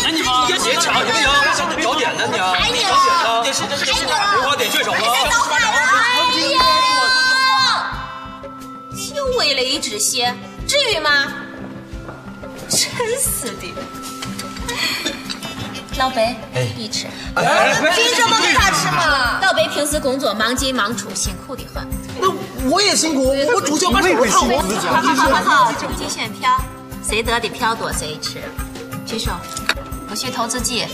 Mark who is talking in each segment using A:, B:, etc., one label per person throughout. A: 哎止歇，至于吗？真是的。老白，你吃。
B: 凭什么给他吃嘛？
A: 哎老白平时工作忙进忙出，辛苦的很。
C: 那我也辛苦，我主教把手烫红。
A: 好好好好好，集选票，谁得的票多谁吃。举手，不许投自己。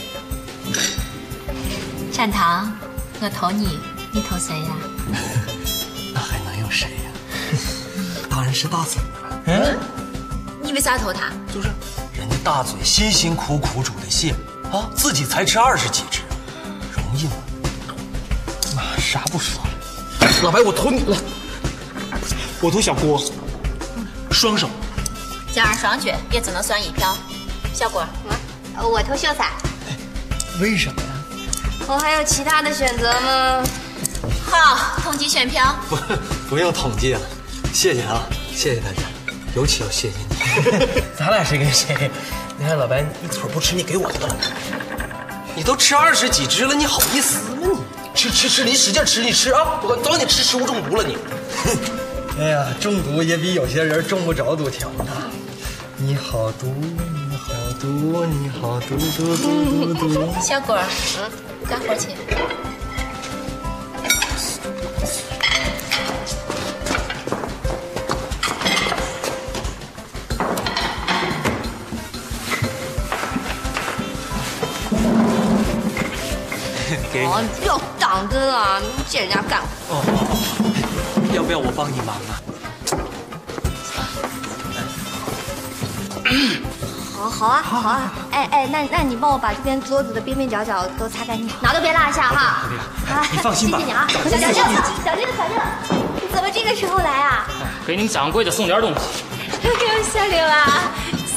A: 善堂，我投你，你投谁呀、
C: 那还能有谁呀？当然是大嘴了，
A: 你为啥投他？
C: 就是人家大嘴辛辛苦苦煮的蟹啊，自己才吃二十几只，容易吗？啊，啥不说了。老白，我投你了。
D: 我投小郭，双手。
A: 加上双绝也只能算一票。小果，
B: 呃我投秀才，
C: 为什么呀？
B: 我还有其他的选择吗？
A: 好，统计选票。
C: 不， 不用统计了，谢谢啊，谢谢大家，尤其要谢谢你。
E: 咱俩谁跟谁？你看老白，一口不吃，你给我一个。
C: 你都吃二十几只了，你好意思吗你？
E: 吃吃吃，你使劲吃，你吃啊！我早晚你吃食物中毒了你。
F: 哎呀，中毒也比有些人中不着毒强啊！你好毒，你好毒，你好毒毒毒毒毒！
A: 小果，干活去。
B: 哦，你不要当真啊！你借人家干活，
F: 哦
C: 要不要我帮你忙啊？
B: 好好啊，好啊！哎哎，那那你帮我把这边桌子的边边角角都擦干净，哪都别落下哈。啊，
D: 你放心吧
B: 谢谢你啊，小静，小静，小静，你怎么这个时候来啊？
G: 给你们掌柜的送点东西。
B: 小刘啊，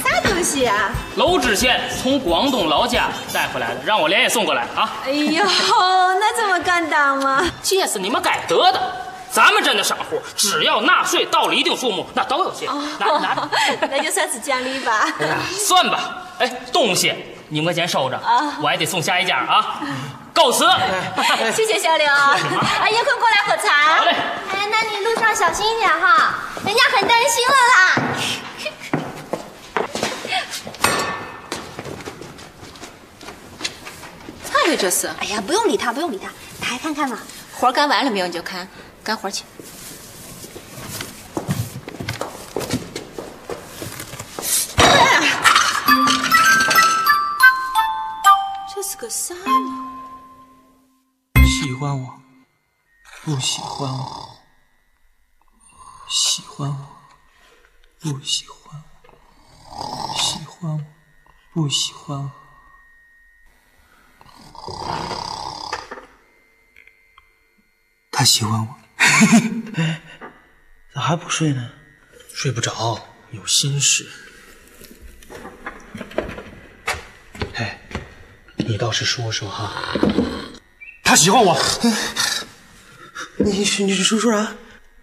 B: 啥东西啊？
G: 娄知县从广东老家带回来的，让我连夜送过来啊！
B: 哎 呦，那这么敢当吗？
G: 这是你们该得的。咱们真的商户，只要纳税到了一定数目，那都有些。
B: 哦
A: 哦
G: 拿着拿着，
B: 那就算是奖励吧。
G: 算吧。哎，东西你们先收着，我还得送下一家啊。告辞。
A: 谢谢小柳。哎，叶坤过来喝茶。
G: 好嘞。
B: 哎，那你路上小心一点哈，人家很担心 了啦。
A: 啥呀这是？
B: 哎呀，不用理他，不用理他，打开看看吧。
A: 活干完了没有？你就看，干活去。
H: 这是个啥嘛？
D: 喜欢我，不喜欢我，喜欢我，不喜欢我，喜欢我，不喜欢我。他喜欢 我，
E: 咋还不睡呢？
D: 睡不着，有心事。哎，你倒是说说哈。他喜欢我。
E: 你你啊说说啥？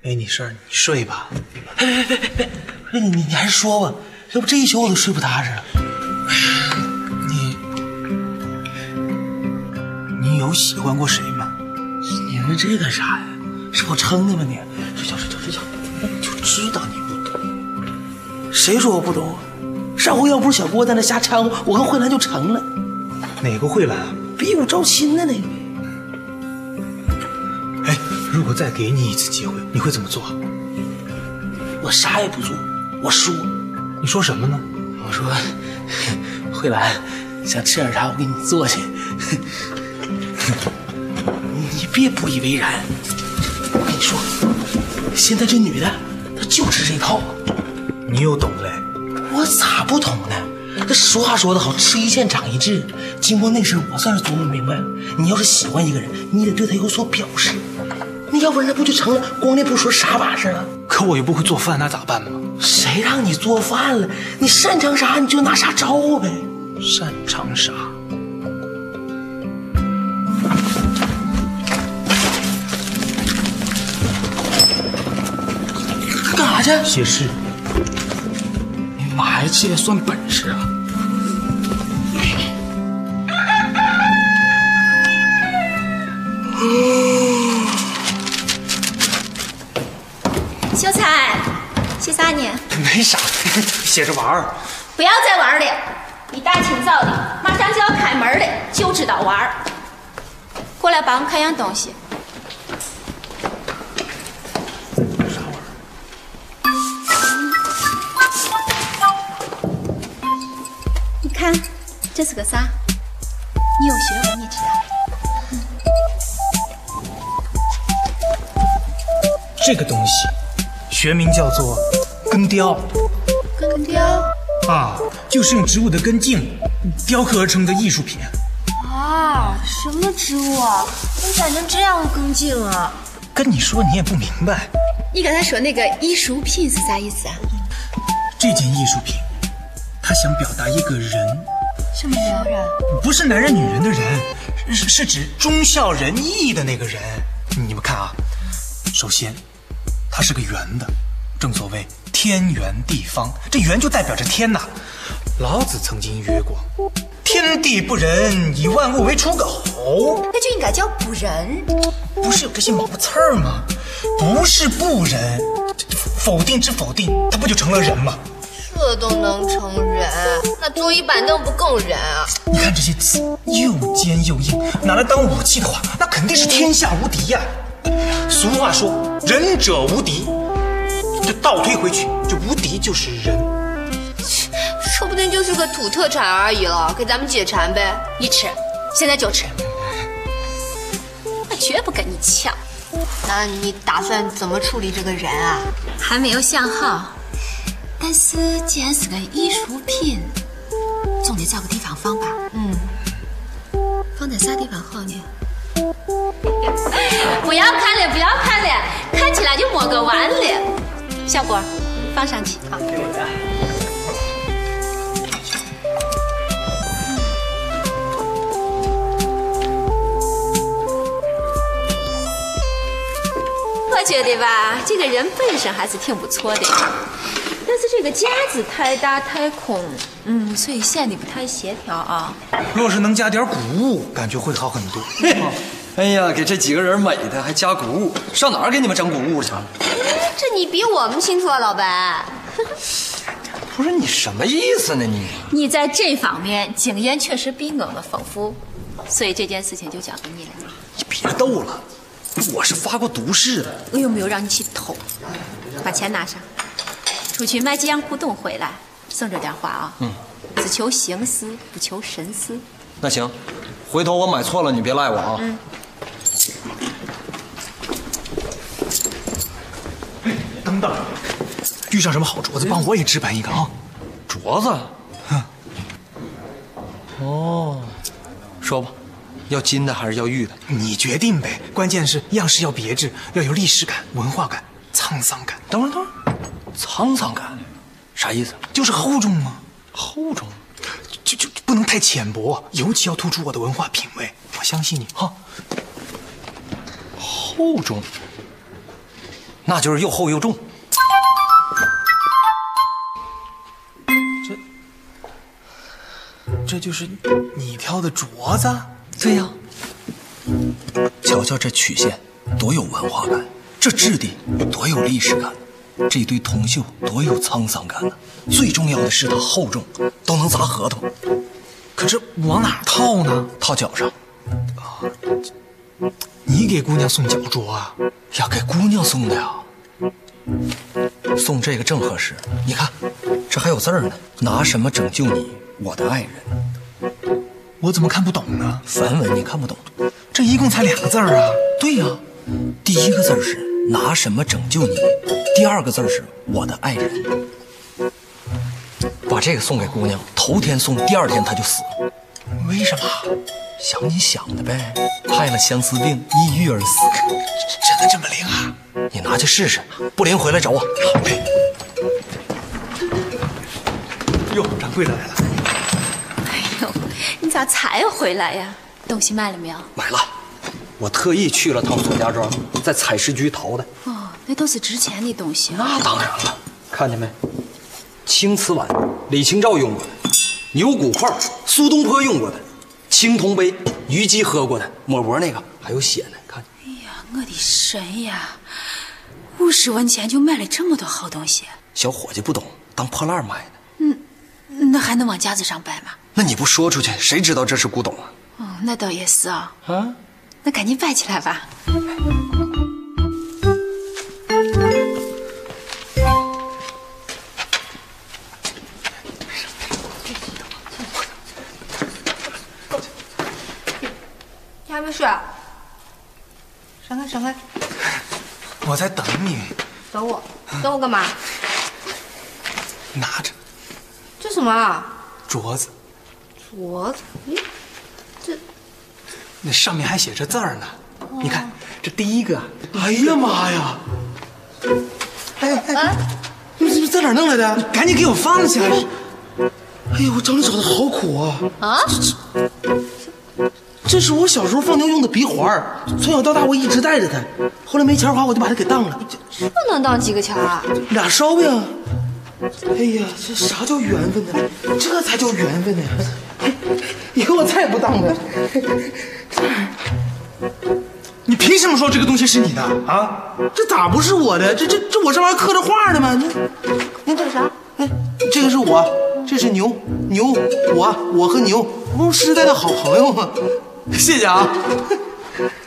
D: 没哎你事儿，你睡吧。
E: 哎不哎是你你你还是说吧，要不这一宿我都睡不踏实。
D: 哎你，你有喜欢过谁吗？
E: 你问这干啥呀？是我撑的吗你？睡觉睡觉睡觉，
D: 就知道你不懂。
E: 谁说我不懂？上回要不是小郭在那瞎掺和，我跟慧兰就成了，
D: 哪个慧兰啊？
E: 比武招亲的呢。
D: 哎，如果再给你一次机会，你会怎么做？
E: 我啥也不做，我说，
D: 你说什么呢？
E: 我说，慧兰，想吃点啥我给你做去。你别不以为然，我跟你说，现在这女的，她就吃这一套。啊
D: 你又懂嘞？
E: 我咋不懂呢？这俗话说得好，吃一堑长一智。经过那事儿，我算是琢磨明白了。你要是喜欢一个人，你得对他有所表示，那要不然那不就成了光练不说啥把式了？
D: 可我又不会做饭，那咋办嘛？
E: 谁让你做饭了？你擅长啥你就拿啥招呼呗。
D: 擅长啥？
E: 干啥去？
D: 写诗。你妈呀，这也算本事 啊！
A: 秀才，谢
I: 是啥呢？
J: 没啥，写着玩儿。
B: 不要再玩了，你大清早的，马上就要开门了，就知道玩儿。过来，帮我看样东西。
I: 你看，这是个啥？你有学问，你知道。
E: 这个东西，学名叫做根雕
I: 根雕
E: 啊，就是用植物的根茎雕刻而成的艺术品。
I: 啊，什么植物啊？怎么改成这样的啊根茎了？
E: 跟你说你也不明白，
I: 你刚才说那个艺术品是啥意思啊？
E: 这件艺术品，它想表达一个人，
I: 什么人？
E: 不是男人女人的人，是是指忠孝仁义的那个人。你们看啊，首先，它是个圆的，正所谓天圆地方，这圆就代表着天呐。老子曾经曰过：“天地不仁，以万物为刍狗。
I: 那就应该叫古人。”
E: 不是有这些毛刺儿吗？不是不仁，这这否定之否定，它不就成了人吗？
K: 这都能成人？那桌椅板凳不更人啊？
E: 你看这些刺又尖又硬，拿来当武器的话，那肯定是天下无敌呀、俗话说“仁者无敌”，这倒推回去，这无敌就是人。
K: 说不定就是个土特产而已了，给咱们解馋呗。
B: 你吃，现在就吃。我绝不跟你抢，
K: 那你打算怎么处理这个人啊？
B: 还没有想好。但是既然是个艺术品，总得找个地方放吧。嗯，放在啥地方好 呢？
I: 不要看了，不要看了，看起来就没个完了。
B: 小郭，放上去啊。我觉得吧，这个人本身还是挺不错的，但是这个架子太大太空，嗯，所以显得不太协调啊。
E: 若是能加点谷物，感觉会好很多。
J: 哎呀，给这几个人美的，还加谷物，上哪儿给你们整谷物去？
I: 这你比我们清楚啊，老白。
J: 不是你什么意思呢你？
B: 你在这方面经验确实比我们丰富，所以这件事情就交给你了。
J: 你别逗了，我是发过毒誓的。
B: 我又哎没有让你去偷，把钱拿上，出去卖几样古董回来，省着点花啊。嗯，只求形式，不求神似。
J: 那行，回头我买错了你别赖我啊。
E: 等等，遇上什么好镯子，帮我也置办一个啊！
J: 镯子。哦，说吧，要金的还是要玉的？
E: 你决定呗，关键是样式要别致，要有历史感、文化感、沧桑感，
J: 等会儿，等会儿，沧桑感，啥意思？
E: 就是厚重嘛，
J: 厚重。
E: 就就就不能太浅薄，尤其要突出我的文化品味。我相信你哈。
J: 厚重，那就是又厚又重。
E: 这就是你挑的镯子，
J: 对呀、瞧瞧这曲线多有文化感，这质地多有历史感，这堆铜锈多有沧桑感呢、最重要的是它厚重，都能砸核桃，
E: 可这往哪儿套呢？啊
J: 套脚上。
E: 你给姑娘送脚镯啊？
J: 呀，给姑娘送的呀。送这个正合适，你看，这还有字儿呢。拿什么拯救你，我的爱人？
E: 我怎么看不懂呢？
J: 梵文你看不懂。
E: 这一共才两个字儿啊！
J: 对呀、第一个字儿是拿什么拯救你，第二个字儿是我的爱人。把这个送给姑娘，头天送，第二天她就死。
E: 为什么？
J: 想你想的呗，害了相思病，抑郁而死。
E: 真的这么灵啊？
J: 你拿去试试，不灵回来找我。
E: 哟，掌柜的来了。
B: 哎呦， 你咋才回来呀？东西卖了没有？
J: 买了，我特意去了趟左家庄，在采石局淘的。
B: 哦，那都是值钱的东西。哎
J: 那当然了，看见没？青瓷碗，李清照用过的；牛骨块，苏东坡用过的；青铜杯，虞姬喝过的；抹脖那个还有血呢，看见
B: 哎呀，我的神呀！五十文钱就买了这么多好东西，
J: 小伙计不懂，当破烂卖的。
B: 那还能往架子上摆吗？
J: 那你不说出去，谁知道这是古董啊？
B: 哦，那倒也是啊。啊，那赶紧摆起来吧。
I: 你还没睡啊？闪开，闪开！
E: 我在等你，
I: 等我，等我干嘛？
E: 拿着
I: 这什么啊？
E: 镯子，
I: 镯子？咦，这
E: 那上面还写着字儿呢。
I: 哦
E: 你看，这第一个，
I: 嗯
L: 哎呀妈呀！
E: 哎哎，
I: 嗯
L: 你这是在哪儿弄来的？
E: 赶紧给我放下！
L: 哎呀，我找你找的好苦啊！啊，这这是我小时候放牛用的鼻环儿，从小到大我一直戴着它，后来没钱花我就把它给当了，
I: 不能当几个钱儿啊？
L: 俩烧饼。哎呀，这啥叫缘分呢？这才叫缘分呢！以后我再也不当了。
E: 你凭什么说这个东西是你的啊？
L: 这咋不是我的？这这这我这玩意儿刻着画呢吗？你你这啥？哎，这个是我，这是牛牛，我我和牛，不是世代的好朋友吗？谢谢啊。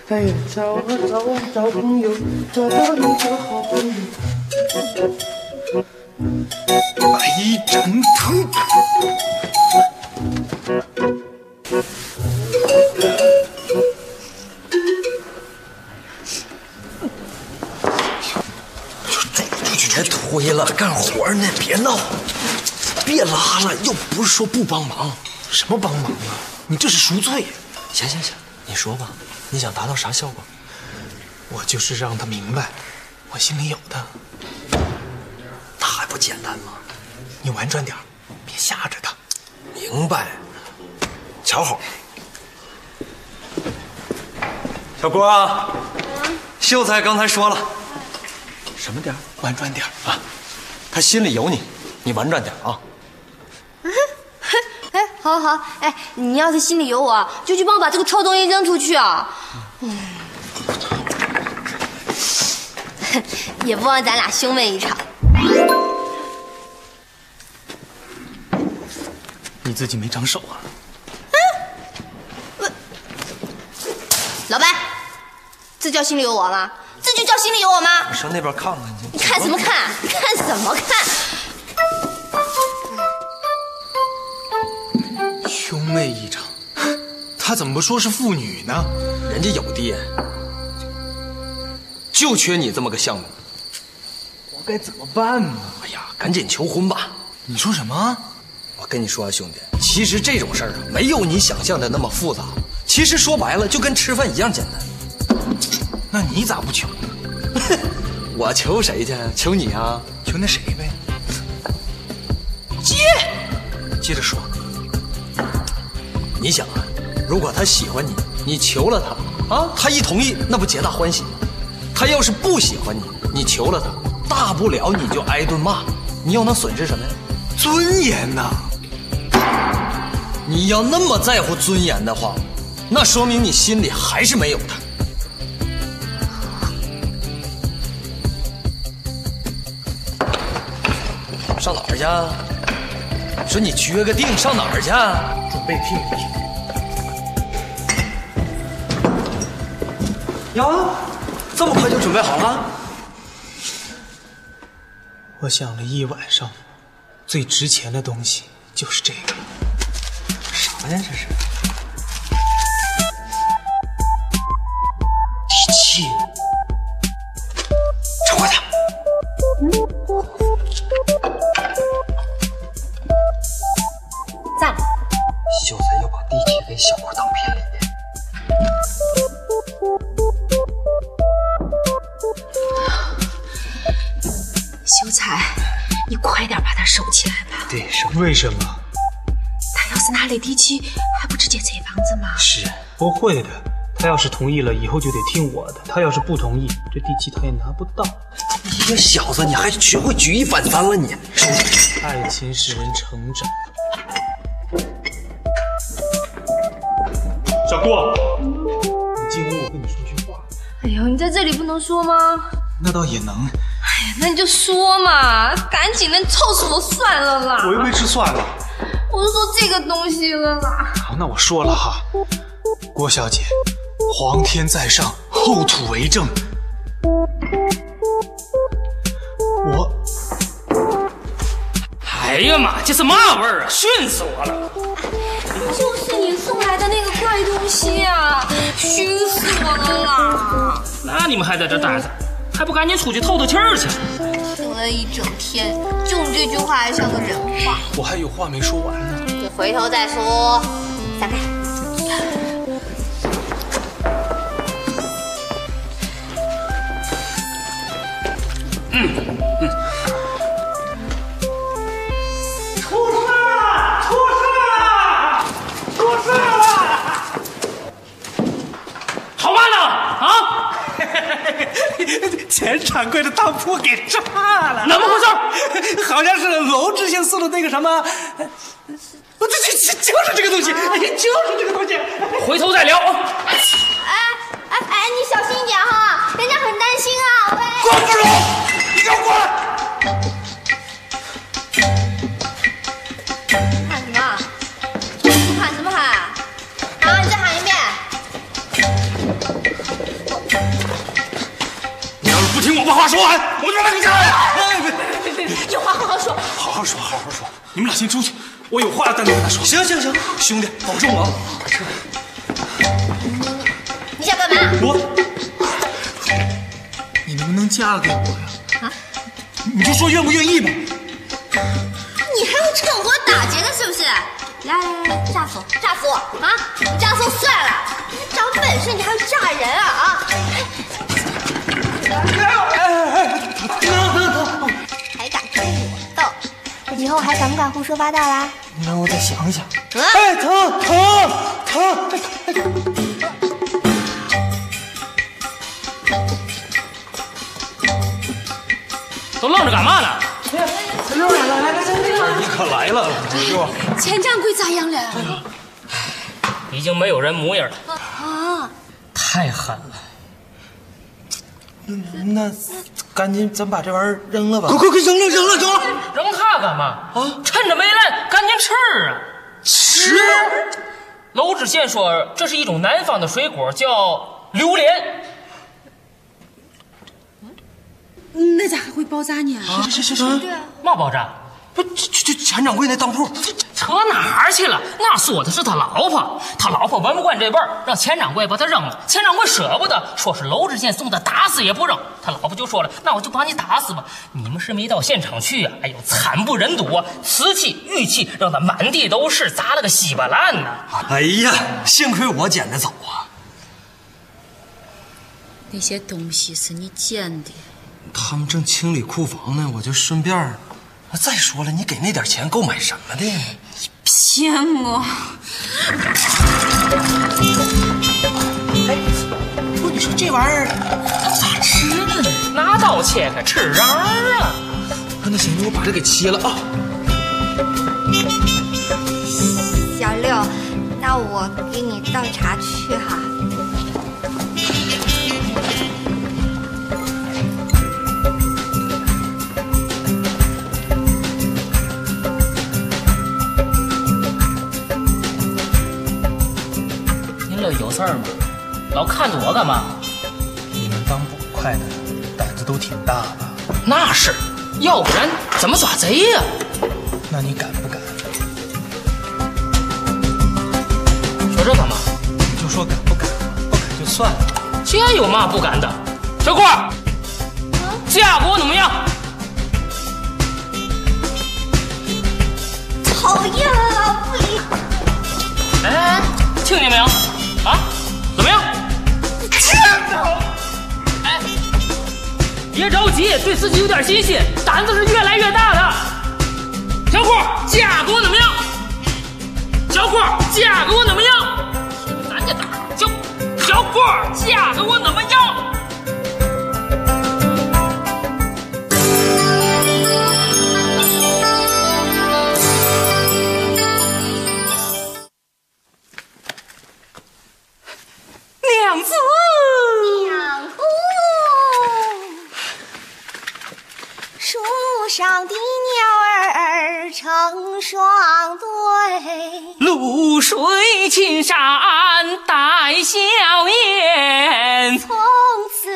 L: 哎呀，找啊找啊找朋友，找到你找好朋友。
E: 哎，真疼！
J: 别推了，干活呢，别闹，别拉了，又不是说不帮忙。
E: 什么帮忙啊？你这是赎罪。
J: 行行行，你说吧，你想达到啥效果？
E: 我就是让他明白，我心里有他。
J: 那还不简单吗？
E: 你婉转点儿，别吓着他。
J: 明白。瞧好，
C: 小郭啊，
I: 嗯
C: 秀才刚才说了，
J: 什么点儿
E: 婉转点儿啊！
J: 他心里有你，你婉转点啊。
I: 哎，好好，好，哎，你要是心里有我，就去帮我把这个臭东西扔出去啊！嗯， 也不枉咱俩兄妹一场。
E: 你自己没长手啊？
I: 老白，这叫心里有我吗？这就叫心里有我吗？
J: 上那边看看去。
I: 你看什么看？看什么看？
E: 兄妹一场，他怎么不说是父女呢？
J: 人家有爹，就缺你这么个项目。
E: 我该怎么办呢？
J: 哎呀，赶紧求婚吧！
E: 你说什么？
J: 我跟你说啊，兄弟，其实这种事儿啊，没有你想象的那么复杂。其实说白了，就跟吃饭一样简单。
E: 那你咋不求呢？
J: 我求谁去？求你啊！
E: 求那谁呗？接，接着说。
J: 你想啊，如果他喜欢你，你求了他啊，他一同意，那不皆大欢喜吗？他要是不喜欢你，你求了他，大不了你就挨顿骂，你又能损失什么呀？
E: 尊严呐、
J: 你要那么在乎尊严的话，那说明你心里还是没有他。上哪儿去啊？说你撅个腚上哪儿去啊？
E: 准备聘礼。
J: 呀，啊这么快就准备好了？
E: 我想了一晚上，最值钱的东西就是这个。
J: 啥呀，这是？
E: 气，超过他。
I: 赞！
J: 秀才要把地契给小郭当骗了。
B: 秀才，你快点把他收起来吧。
E: 对，是为什么？
B: 他要是拿了地契，还不直接拆房子吗？
E: 是不会的。他要是同意了，以后就得听我的；他要是不同意，这地契他也拿不到。
J: 你这小子，你还学会举一反三了你？
E: 爱情使人成长。
M: 小郭，
E: 你进屋，我跟你说句话。
I: 哎呦，你在这里不能说吗？
E: 那倒也能，
K: 哎那你就说嘛，赶紧的，臭死我算了啦！
E: 我又没吃蒜了。
K: 我都说这个东西了啦，
E: 好，那我说了哈，郭小姐，皇天在上，后土为证。我
G: 哎呀妈，这是嘛味儿啊？熏死我了！
K: 就是你送来的那个怪东西啊，熏死我了啦！
G: 那你们还在这待着，还不赶紧出去透透气儿去？
K: 听了一整天，就你这句话还像个人话。
E: 我还有话没说完呢。
K: 你回头再说，散开。
G: 好嘛呢？ 啊，
E: 前掌柜的当铺给炸了，
G: 怎么回事？
E: 好像是娄知县送的那个什么，呃这这这就是这个东西，哎呀，就是这个东西。
G: 回头再聊啊。
I: 哎哎哎，你小心一点哈，人家很担心啊。喂。
E: 郭芙蓉，你给我过来！
I: 喊什么？喊什么喊？啊，你再喊一遍！
C: 你要是不听我把话说完，我就让你下来。
I: 有话好好说。
E: 好好说，好好说，你们俩先出去，我有话单独跟他说。行行行，兄弟，保重啊！
I: 你想干
B: 啊
I: 嘛？
E: 我，你能不能嫁给我呀？你就说愿不愿意吧。
I: 你还要趁火打劫呢，是不是？来来来，炸死我！炸死我！啊！你炸死我算了，你长本事你还要炸人啊啊！还敢跟我斗？以后还敢不敢胡说八道啦？
L: 你让我再想想。
E: 哎，疼疼疼！
G: 都愣着干嘛呢？
C: 你可来了，六。
B: 钱掌柜咋样了？
G: 已经没有人模样了。
E: 啊
J: 太狠了！
L: 嗯那赶紧咱把这玩意儿扔了吧。
E: 快快扔了扔了扔了！
G: 扔它干嘛？啊，趁着没烂，赶紧吃啊！吃。娄知县说，这是一种南方的水果，叫榴莲。
B: 嗯那咋还会爆炸呢？
G: 嘛爆炸？
J: 不，这这这钱掌柜那当铺，
G: 扯哪儿去了？那说的是他老婆，他老婆闻不惯这味儿，让钱掌柜把他扔了。钱掌柜舍不得，说是娄知县送的，打死也不扔。他老婆就说了：“那我就把你打死吧。”你们是没到现场去呀、哎呦，惨不忍睹啊！瓷器、玉器让他满地都是，砸了个稀巴烂呐、
J: 哎呀，幸亏我捡的早啊！
B: 那些东西是你捡的，
J: 他们正清理库房呢，我就顺便儿。再说了，你给那点钱够买什么的呀？
B: 骗我！
L: 不，你说这玩意儿，
G: 拿刀切开吃瓤儿啊！
J: 那行，那我把这给切了啊。
I: 小六，那我给你倒茶去哈。
G: 您这有事儿吗？老看着我干嘛？
E: 你们当捕快的胆子都挺大吧？
G: 那是，要不然怎么抓贼呀、
E: 那你敢不敢？
G: 说这干嘛？
E: 你就说敢不敢，不敢就算了。
G: 这有嘛不敢的？小郭儿，嫁给我怎么样？
I: 讨厌了，不理
G: 哎，听见没有？啊，怎么样？哎，别着急，对自己有点信心，胆子是越来越大的。小郭，嫁给我怎么样？小郭，嫁给我怎么样？咱这打小小郭，嫁给我怎么样？
I: 娘子。
K: 上的鸟儿成双对。
G: 露水青山带笑颜，
K: 从此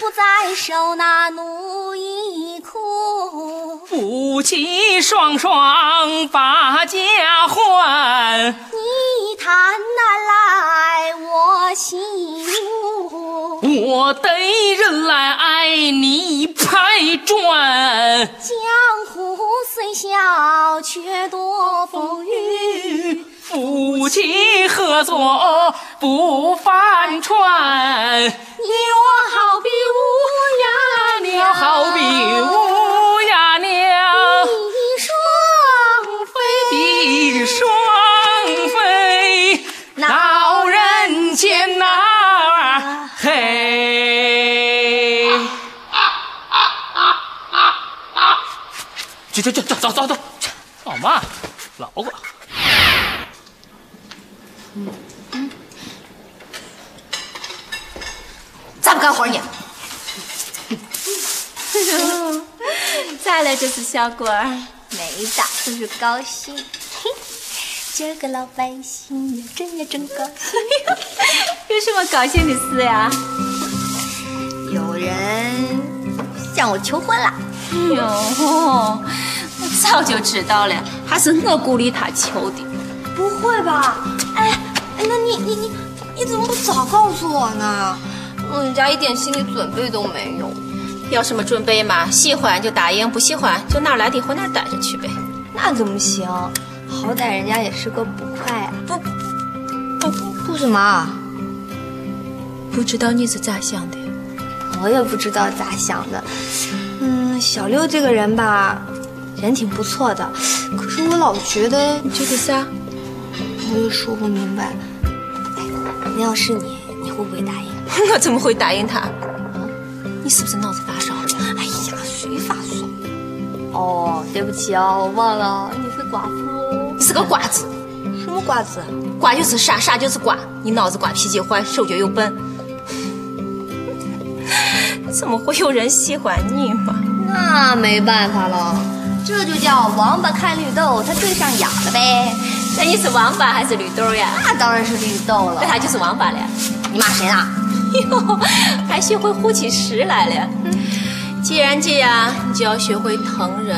K: 不再受那奴役苦，
G: 夫妻双双把家还。
K: 你谈南来我西往，
G: 我得人来，你拍砖。
K: 江湖虽小却多风雨，
G: 夫妻合作不翻船，
K: 你我好比乌鸦
G: 鸟好比乌鸦鸟，
K: 一双飞。
G: 一双飞，老人间呐、嘿。去去去去，走走走，去老妈，老婆。
K: 再不干活你，
N: 再来这次小果儿，
K: 每一打就是高兴。嘿今儿个老百姓呀，真呀真高兴。
N: 有什么高兴的事呀？
K: 有人向我求婚了，
N: 哎呦，
B: 哦
N: 我早就知道了，还是我鼓励他求的。
K: 不会吧？哎，哎那你你你你怎么不早告诉我呢？我人家嗯一点心理准备都没有。
B: 要什么准备嘛？喜欢就答应，不喜欢就哪儿来的活哪儿待着去呗。
K: 那怎么行？好歹人家也是个捕快、啊。不不不什么啊？
B: 不知道你是咋想的？
K: 我也不知道咋想的。嗯，小六这个人吧，人挺不错的，可是我老觉得
B: 你觉得啥？
K: 我也说不明白。哎，那要是你，你会不会答应？
B: 我怎么会答应他？你是不是脑子发烧了？
K: 哎呀，谁发送？哦，对不起哦，我忘了，你是寡妇哦。
B: 你是个瓜子，
K: 什么瓜子？
B: 瓜就是傻，傻就是瓜。你脑子瓜，脾气坏，手脚又笨， 怎么会有人喜欢你嘛？
K: 那没办法了，这就叫王八看绿豆，它对上眼了呗。
B: 那你是王八还是绿豆呀？
K: 那当然是绿豆了
B: 那。他就是王八了呀。
K: 你骂谁呢？
B: 哟， 还学会呼起食来了。既然这样，你就要学会疼人。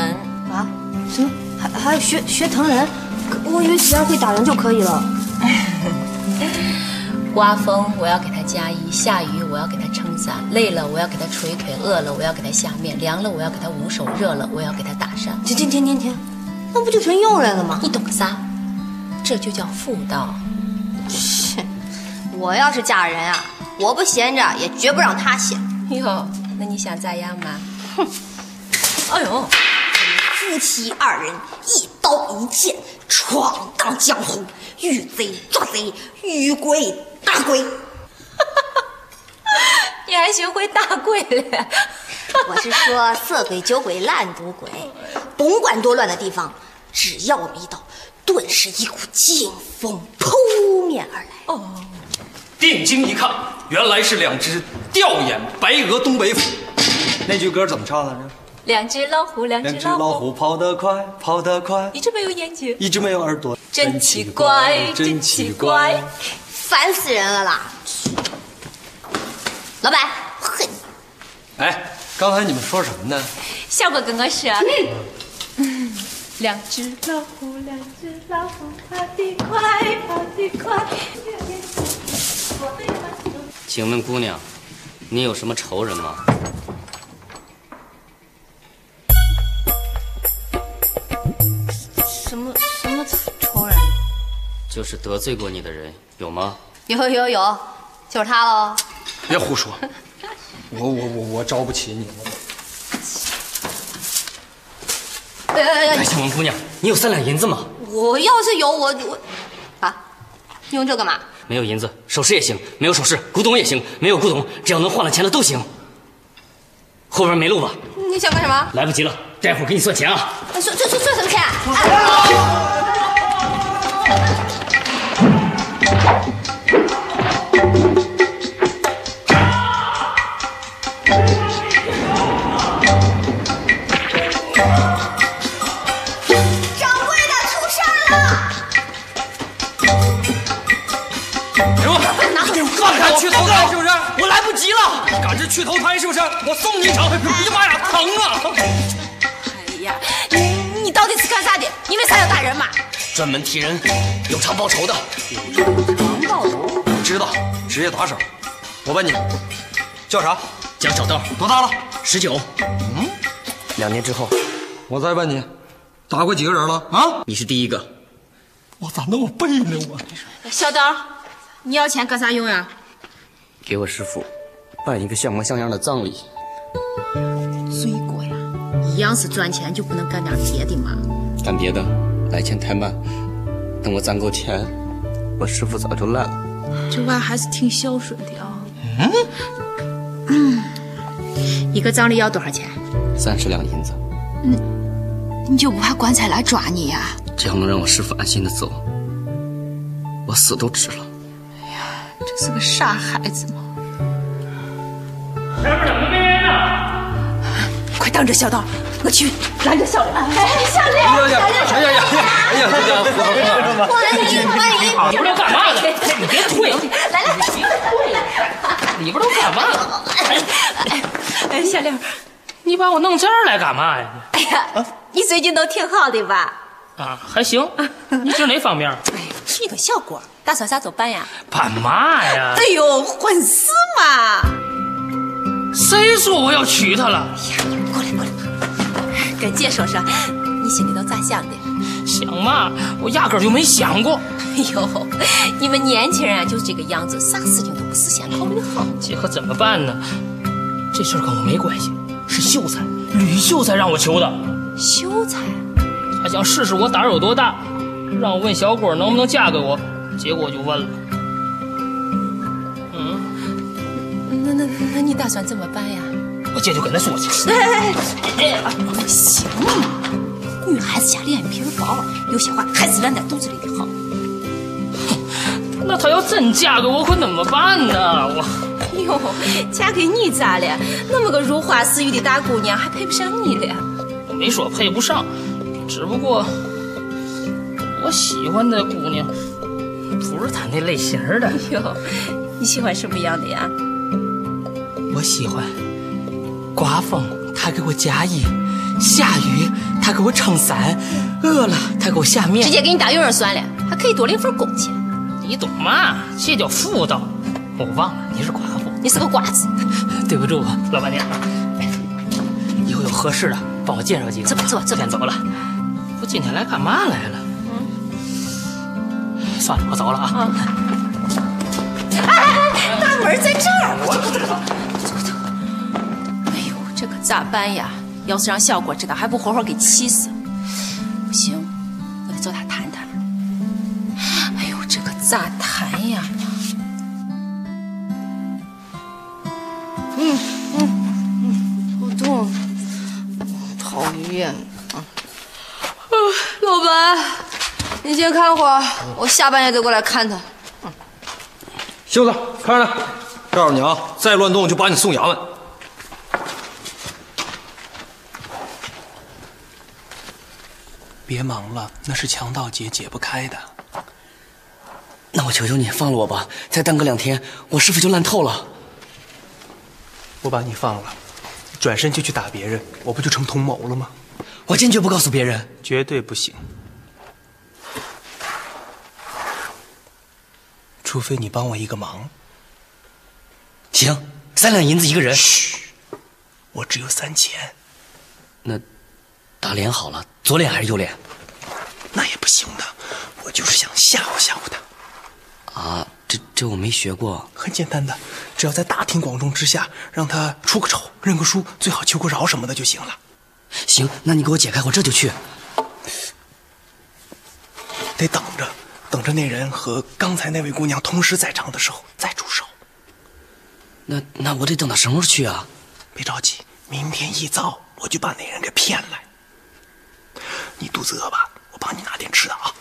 K: 啊？什么？还还学学疼人？可我以为只要会打人就可以了。
B: 刮风我要给他加衣，下雨我要给他撑伞，累了我要给他捶腿，饿了我要给他下面，凉了我要给他捂手，热了我要给他打扇。
K: 停停停停停，那不就成佣人了吗？
B: 你懂个啥？这就叫妇道。
K: 我要是嫁人啊，我不闲着也绝不让他闲。
B: 哟，哦那你想咋样嘛？哼！哎呦，
K: 夫妻二人一刀一剑闯荡江湖，遇贼抓贼，遇鬼打鬼。
B: 你还学会大跪了？
K: 我是说色鬼、酒鬼、烂赌鬼，甭管多乱的地方，只要我们一到，顿时一股劲风扑面而来。
J: 定睛一看，原来是两只吊眼白额东北虎。那句歌怎么唱来着？
B: 两只老虎，两
J: 两
B: 只
J: 只老
B: 老虎，
J: 虎跑得快，跑得快，
B: 你这没有眼睛，
J: 一只没有耳朵，
B: 真奇怪，真奇怪。。
K: 烦死人了啦！老板，嘿，
J: 哎，刚才你们说什么呢？
B: 小果跟我说， 两只
N: 老虎，两只老虎，跑得快，跑得快。
O: 请问姑娘，你有什么仇人吗？
K: 什么什么仇人？
O: 就是得罪过你的人有吗？
K: 有有有，就是他喽！
J: 别胡说，我我我我招不起你。
K: 哎哎哎
O: 哎，请问姑娘，你有三两银子吗？
K: 我要是有我我啊，你用这干嘛？
O: 没有银子，首饰也行；没有首饰，古董也行；没有古董，只要能换了钱了都行。后边没路吧？
K: 你想干什么？
O: 来不及了，待会儿给你算钱啊！
K: 哎算算算算什么钱？哎
J: 哎
B: 哎
P: 去投胎是不是？我送你一程！哎呀妈呀，疼啊！
B: 哎呀，你你到底是干啥的？你为啥要打人嘛？
J: 专门替人有偿报仇的。
P: 我知道，职业打手。我问你，叫啥？
J: 蒋小豆。
P: 多大了？
J: 十九。
P: 嗯，
J: 两年之后，
P: 我再问你，打过几个人了啊？
J: 你是第一个。
P: 我咋那么背呢？我
B: 小刀，你要钱干啥用
Q: 啊
B: 呀、
J: 给我师傅办一个像模像样的葬礼。
Q: 罪过呀！一样是赚钱，就不能干点别的吗？
J: 干别的来钱太慢，等我攒够钱，我师傅早就烂了。
Q: 这娃还是挺孝顺的啊。
J: 嗯，
Q: 一个葬礼要多少钱？
J: 三十两银子，
Q: 嗯你就不怕棺材来抓你呀、
J: 这样能让我师傅安心的走。我死都值了。
Q: 这是个傻孩子嘛！
G: 前面怎么没人呢？
B: 快当着小刀，我去拦着小梁。哎，小
P: 哎呀呀！哎呀呀！哎呀呀！
G: 里边都干嘛呢？
O: 哎
G: 你别退，
B: 来来
G: 里边都干嘛呢？
O: 哎
B: 哎，小六，
G: 你把我弄这儿来干嘛呀？
B: 哎呀，你最近都挺好的吧？
G: 啊，还行。你指哪方面？
Q: 哎
B: 你个小果，打算啥时候办呀？
G: 干嘛呀？
B: 哎呦，婚事嘛。哎
G: 谁说我要娶她了？
B: 过来过来，跟姐说说，你心里头咋想的？
G: 想嘛，我压根儿就没想过。
B: 哎呦，你们年轻人啊，就是这个样子，啥事情都不是先考虑好。
G: 这可怎么办呢？这事儿跟我没关系，是秀才吕秀才让我求的。
B: 秀才，
G: 他想试试我胆儿有多大，让我问小果能不能嫁给我，结果我就问了。嗯，
B: 那那那你打算怎么办呀？
G: 我这就跟他说去。
B: 哎哎哎，不行嘛，女孩子家脸皮儿薄，有些话还是烂在肚子里的好。
G: 那他要真嫁给我，可怎么办呢？我
B: 哎呦，嫁给你咋了？那么个如花似玉的大姑娘，还配不上你了？
G: 我没说配不上，只不过我喜欢的姑娘不是他那类型儿的。
B: 哟，你喜欢什么样的呀？
G: 我喜欢刮风，他给我夹衣；下雨，他给我撑伞；饿了，他给我下面。
B: 直接给你打佣人算了，还可以多领份工钱。
G: 你懂吗？这叫妇道。我忘了你是寡妇，
B: 你是个瓜子。
G: 对不住啊，老板娘。以后有合适的，帮我介绍几个。
B: 走吧走吧走吧
G: 先走了。我今天来干嘛来了？嗯算了，我走了啊。
B: 大门在这儿。哎呦，这可咋办呀？要是让小郭知道，还不活活给气死？不行，我得找他谈谈。哎呦，这可咋谈呀？
R: 嗯嗯嗯，好痛，讨厌啊！呃老板，你先看会儿，我下半夜再过来看他。
P: 秀子，看着呢。告诉你啊，再乱动就把你送衙门。
E: 别忙了，那是强盗劫解不开的。
J: 那我求求你放了我吧，再耽搁两天，我师傅就烂透了。
E: 我把你放了，转身就去打别人，我不就成同谋了吗？
J: 我坚决不告诉别人，
E: 绝对不行。除非你帮我一个忙。
J: 行，三两银子一个人。
E: 嘘，我只有三千，
J: 那打脸好了，左脸还是右脸？
E: 那也不行的。我就是想吓唬吓唬他。
J: 啊，这这我没学过。
E: 很简单的，只要在大庭广众之下让他出个丑、认个输，最好求个饶什么的就行了。
J: 行，那你给我解开，我这就去。
E: 得等着，等着那人和刚才那位姑娘同时在场的时候再出手。
J: 那那我得等到什么时候去啊？
E: 别着急，明天一早我就把那人给骗来。你肚子饿吧？我帮你拿点吃的啊。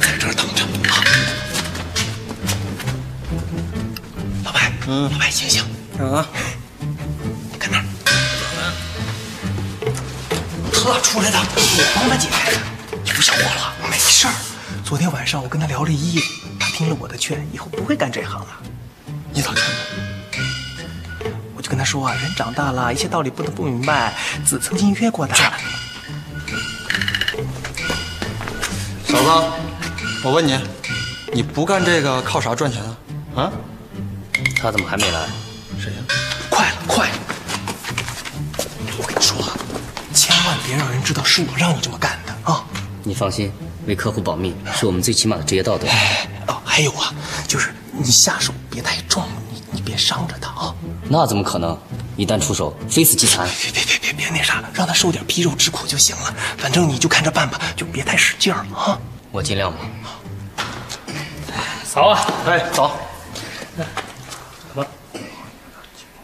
E: 在这儿等着啊！老白，老白，醒醒！
J: 啊，
E: 从哪出来的？帮他解开。你不想我了？没事儿，昨天晚上我跟他聊了一夜，他听了我的劝，以后不会干这行了。你咋劝的？我就跟他说啊，人长大了，一些道理不能不明白。子曾经约过的。
S: 嫂子，我问你，你不干这个靠啥赚钱啊？啊？
T: 他怎么还没来？
S: 谁呀、
E: 快了，快了！我跟你说啊，千万别让人知道是我让你这么干的啊！
T: 你放心，为客户保密是我们最起码的职业道德。
E: 哦，还有啊，就是你下手别太重，你你别伤着他啊！
T: 那怎么可能？一旦出手，非死即残。
E: 别别别别别那啥，让他受点皮肉之苦就行了。反正你就看着办吧，就别太使劲儿了啊！
T: 我尽量吧。
G: 嫂啊，
S: 哎，走。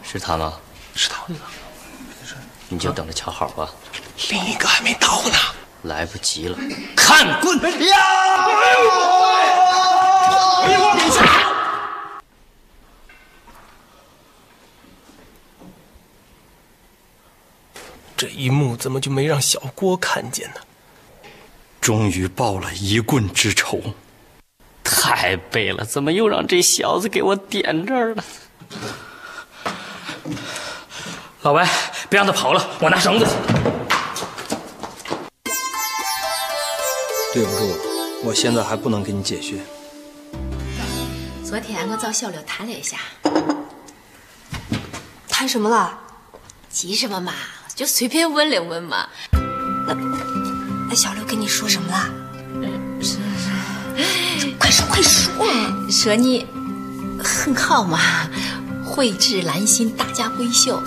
T: 是他吗？
E: 是他。
T: 你就等着瞧好吧。
E: 另一个还没到呢。
T: 来不及了，看棍！
E: 呀！哎呦我去！这一幕怎么就没让小郭看见呢？
S: 终于报了一棍之仇，
T: 太背了，怎么又让这小子给我点这儿了？
G: 老白，别让他跑了，我拿绳子去。
S: 对不住，我现在还不能给你解穴。
B: 昨天我找小刘谈了一下，
K: 谈什么了？
B: 急什么嘛？就随便问了问嘛。
K: 那那小刘跟你说什么了？
B: 是
K: 快说快说！
B: 说你很好嘛，蕙质兰心，大家闺秀。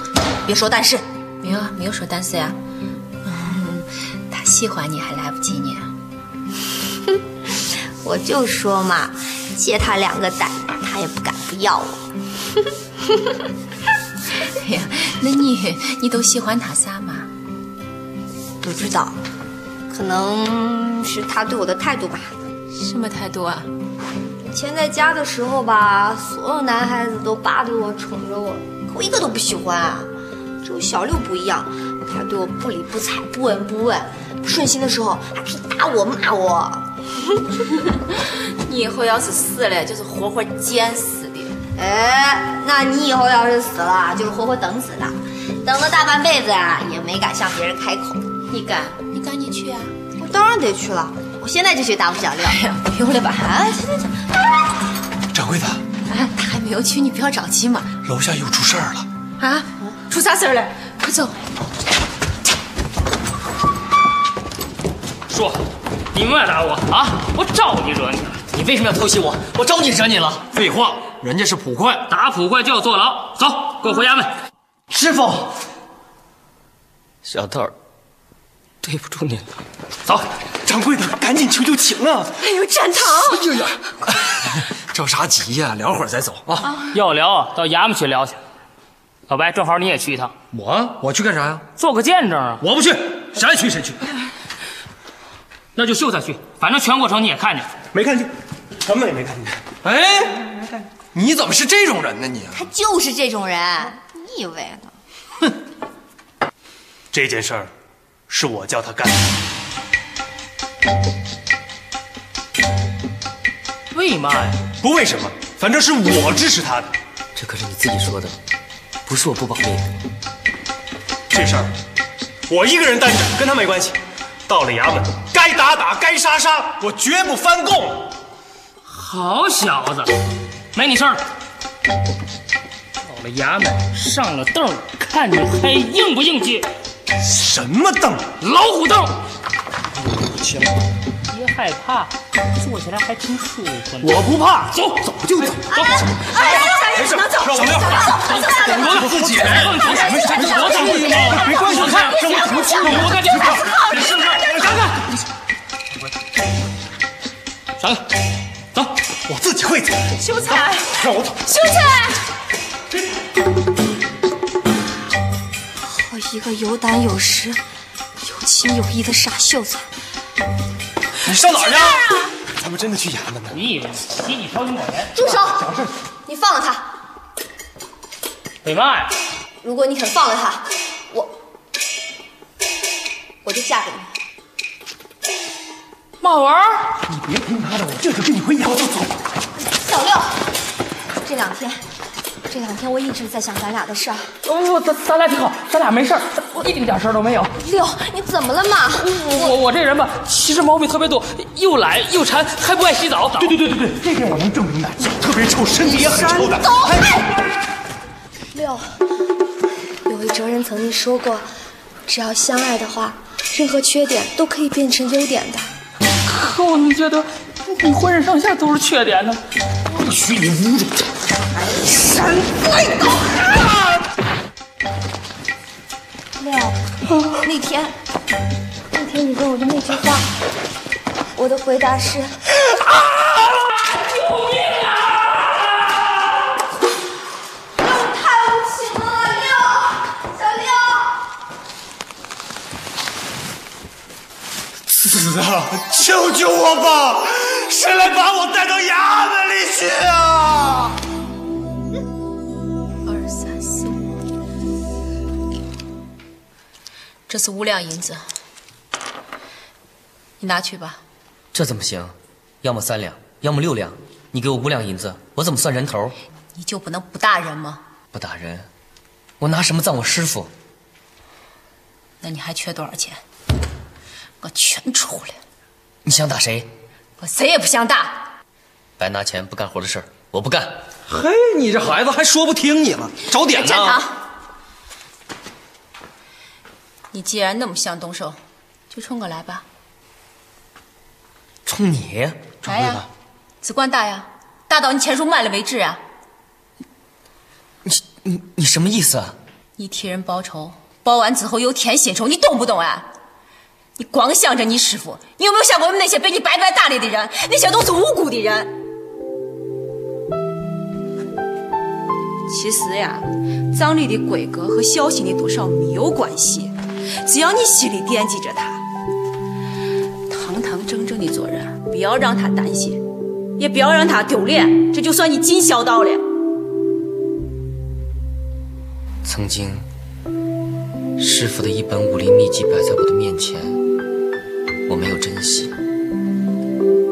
M: 别说但是，
B: 没有啊，没有说但是呀、嗯，他喜欢你还啊来不及呢。
I: 我就说嘛，借他两个胆，他也不敢不要我。
B: 哎呀，那你你都喜欢他啥嘛？
I: 不知道，可能是他对我的态度吧。
B: 什么态度啊？
I: 以前在家的时候吧，所有男孩子都巴着我、宠着我，可我一个都不喜欢啊。只有小六不一样，他对我不理不睬、不闻不问，不顺心的时候还可以打我、骂我。
H: 你以后要是死了，就是活活贱死的。
I: 哎，那你以后要是死了，就是活活等死的，等了大半辈子啊，也没敢向别人开口。
B: 你敢？你敢？你去啊！
I: 我当然得去了，我现在就去打五小六。哎
B: 呀，不用了吧？
I: 啊，行行行。
E: 掌柜的，
B: 哎，他还没有去，你不要着急嘛。
E: 楼下又出事儿了。
B: 啊？出啥事儿了？快走！
G: 说，你们要打我啊？我招你惹你了？
T: 你为什么要偷袭我？我招你惹你了？
G: 废话，人家是捕快，打捕快就要坐牢。走，给我回衙门。
T: 师傅，小豆儿，对不住您了。
G: 走，
E: 掌柜的，赶紧求求情啊！
K: 哎呦，展堂！哎呦呀，
J: 着啥急呀、啊？聊会儿再走啊。
G: 要聊啊，到衙门去聊去。老白，正好你也去一趟。
J: 我我去干啥呀、啊？
G: 做个见证啊！
J: 我不去，谁爱去谁去。
G: 那就秀才去，反正全过程你也看见，
E: 没看见，什么也没看见。
J: 哎，没看见，你怎么是这种人呢？你
I: 他就是这种人，你以为呢？
E: 哼，这件事儿是我叫他干的。
G: 为嘛呀？
E: 不为什么，反正是我支持他的。
T: 这可是你自己说的，不是我不保密。
E: 这事儿我一个人担着，跟他没关系。到了衙门，该打打，该杀杀，我绝不翻供。
G: 好小子，没你事儿。到了衙门，上了凳，看你还硬不硬气？
E: 什么凳？
G: 老虎凳。行，别害怕，坐起来还挺舒服。
E: 我不怕，
G: 走，
E: 走就走。
G: 哎呀，
K: 哎呀，没事，
E: 能走，
K: 走，走，
E: 走，
G: 自己人，
E: 没事，没事，
G: 没关系，我看，让我出去，我看这是。闪开！走，
E: 我自己会走。
K: 秀才，
E: 让我走。
K: 秀才，好一个有胆有识、有情有义的傻秀才！
E: 你上哪儿
K: 呢？
E: 咱们真的去衙门呢？
G: 你以为洗你烧你抹盐？
I: 住手！你放了他！
G: 北嘛呀？
I: 如果你肯放了他，我
K: 我就嫁给你。
G: 马文，
E: 你别听他的，我这就跟你回娘家走。
K: 小六，这两天，这两天我一直在想咱俩的事儿。
G: 我咱咱俩挺好，咱俩没事儿，一丁点事儿都没有。
K: 六，你怎么了嘛？
G: 我我这人吧，其实毛病特别多，又懒又馋，还不爱洗澡。对
E: 对对对对，这点我能证明的，脚特别臭，身体也很臭的。
K: 走六，有位哲人曾经说过，只要相爱的话，任何缺点都可以变成优点的。
G: 可我怎么觉得你浑身上下都是缺点呢？
E: 不许你侮辱他！
K: 闪开！走六，那天，那天你问我的那句话，我的回答是。
E: 子啊，救救我吧！谁来把我带到衙门里去啊？
B: 二三四五，这是五两银子，你拿去吧。
U: 这怎么行？要么三两，要么六两，你给我五两银子，我怎么算人头？
B: 你就不能不大人吗？
U: 不打人，我拿什么葬我师傅？
B: 那你还缺多少钱？我全出来，
U: 你想打谁？
B: 我谁也不想打。
U: 白拿钱不干活的事儿，我不干。
S: 嘿，你这孩子还说不听你了，找点呢。
B: 站堂。你既然那么想动手，就冲我来吧。
U: 冲你？
B: 来呀、只管打呀，打到你钱数满了为止啊！
U: 你你什么意思啊？
B: 你替人报仇，报完之后又添新仇，你懂不懂啊？你光想着你师傅，你有没有想过我们那些被你白白打理的人？那些都是无辜的人。其实呀，葬礼的规格和孝心的多少没有关系，只要你心里惦记着他，堂堂正正的做人，不要让他担心，也不要让他丢脸，这就算你尽孝道了。
U: 曾经，师傅的一本武林秘籍摆在我的面前，我没有珍惜。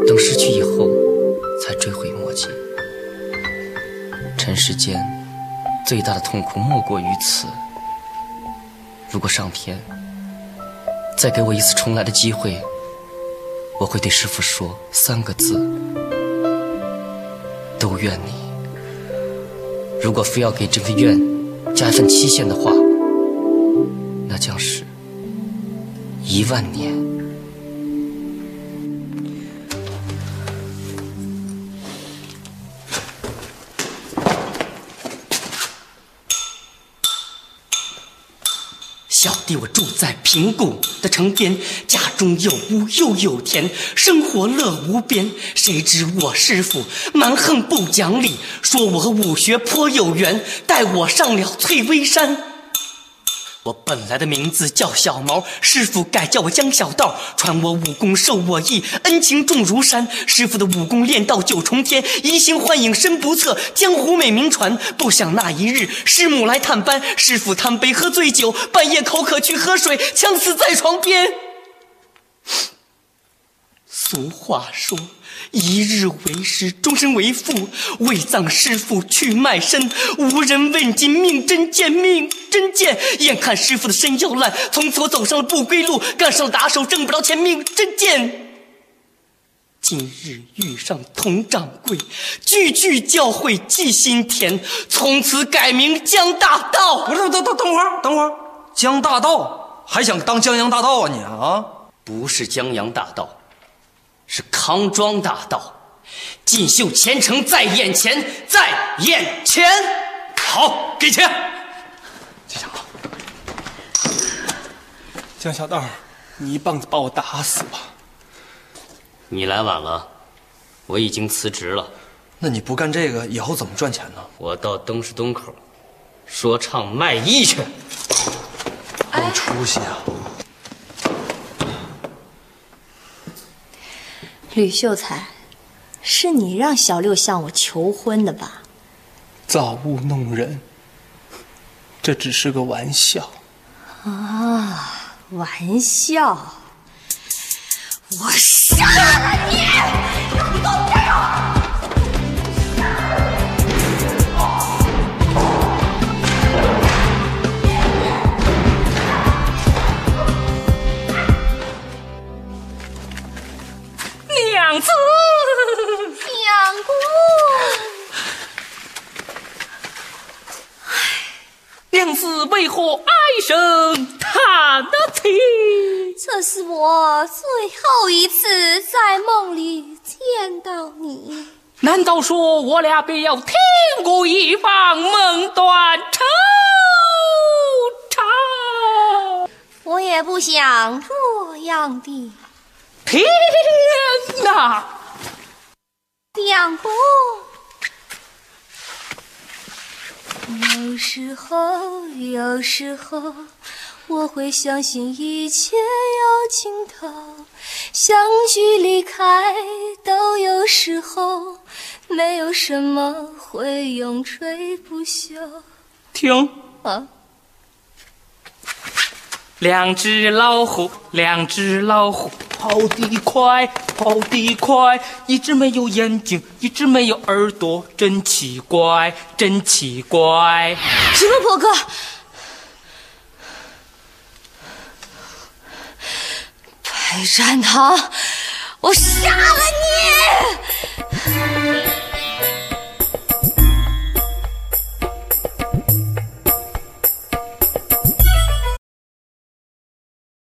U: 等失去以后，才追悔莫及。尘世间最大的痛苦莫过于此。如果上天再给我一次重来的机会，我会对师傅说三个字：都怨你。如果非要给这份怨加一份期限的话，那将是一万年。
J: 小弟我住在平谷的城边，家中有屋又有田，生活乐无边。谁知我师傅蛮横不讲理，说我和武学颇有缘，带我上了翠微山。我本来的名字叫小毛，师傅改叫我江小道，传我武功授我艺，恩情重如山。师傅的武功练到九重天，移形换影身不测，江湖美名传。不想那一日，师母来探班，师傅贪杯喝醉酒，半夜口渴去喝水，呛死在床边。俗话说，一日为师，终身为父。为葬师父去卖身，无人问津命真贱，命真贱。眼看师傅的身要烂，从此我走上了不归路，干上了打手，挣不着钱，命真贱。今日遇上佟掌柜，句句教诲记心田，从此改名江大盗。
S: 不是，等等等会儿，等会儿，江大盗还想当江洋大盗啊你啊？
U: 不是江洋大盗，是康庄大盗。锦绣前程在眼前，在眼前。好，给钱。
V: 江小道儿，你一棒子把我打死吧！
U: 你来晚了，我已经辞职了。
S: 那你不干这个，以后怎么赚钱呢？
U: 我到东市东口说唱卖艺去。
S: 有出息啊！
K: 吕秀才，是你让小六向我求婚的吧？
V: 造物弄人，这只是个玩笑。
K: 啊，
I: 玩笑，我杀了你！你给我站住！
G: 娘子，
I: 娘姑，
G: 娘子哎为何唉声叹气？
I: 这是我最后一次在梦里见到你。
G: 难道说我俩便要天各一方，梦断愁肠？
I: 我也不想这样的，
G: 天哪！
I: 娘姑。有时候，有时候，我会相信一切有尽头，相聚离开都有时候，没有什么会永垂不朽。
G: 听，
I: 啊，
G: 两只老虎，两只老虎，跑得快，跑得快。一只没有眼睛，一只没有耳朵，真奇怪，真奇怪。
I: 什么破歌？白善堂，我杀了你！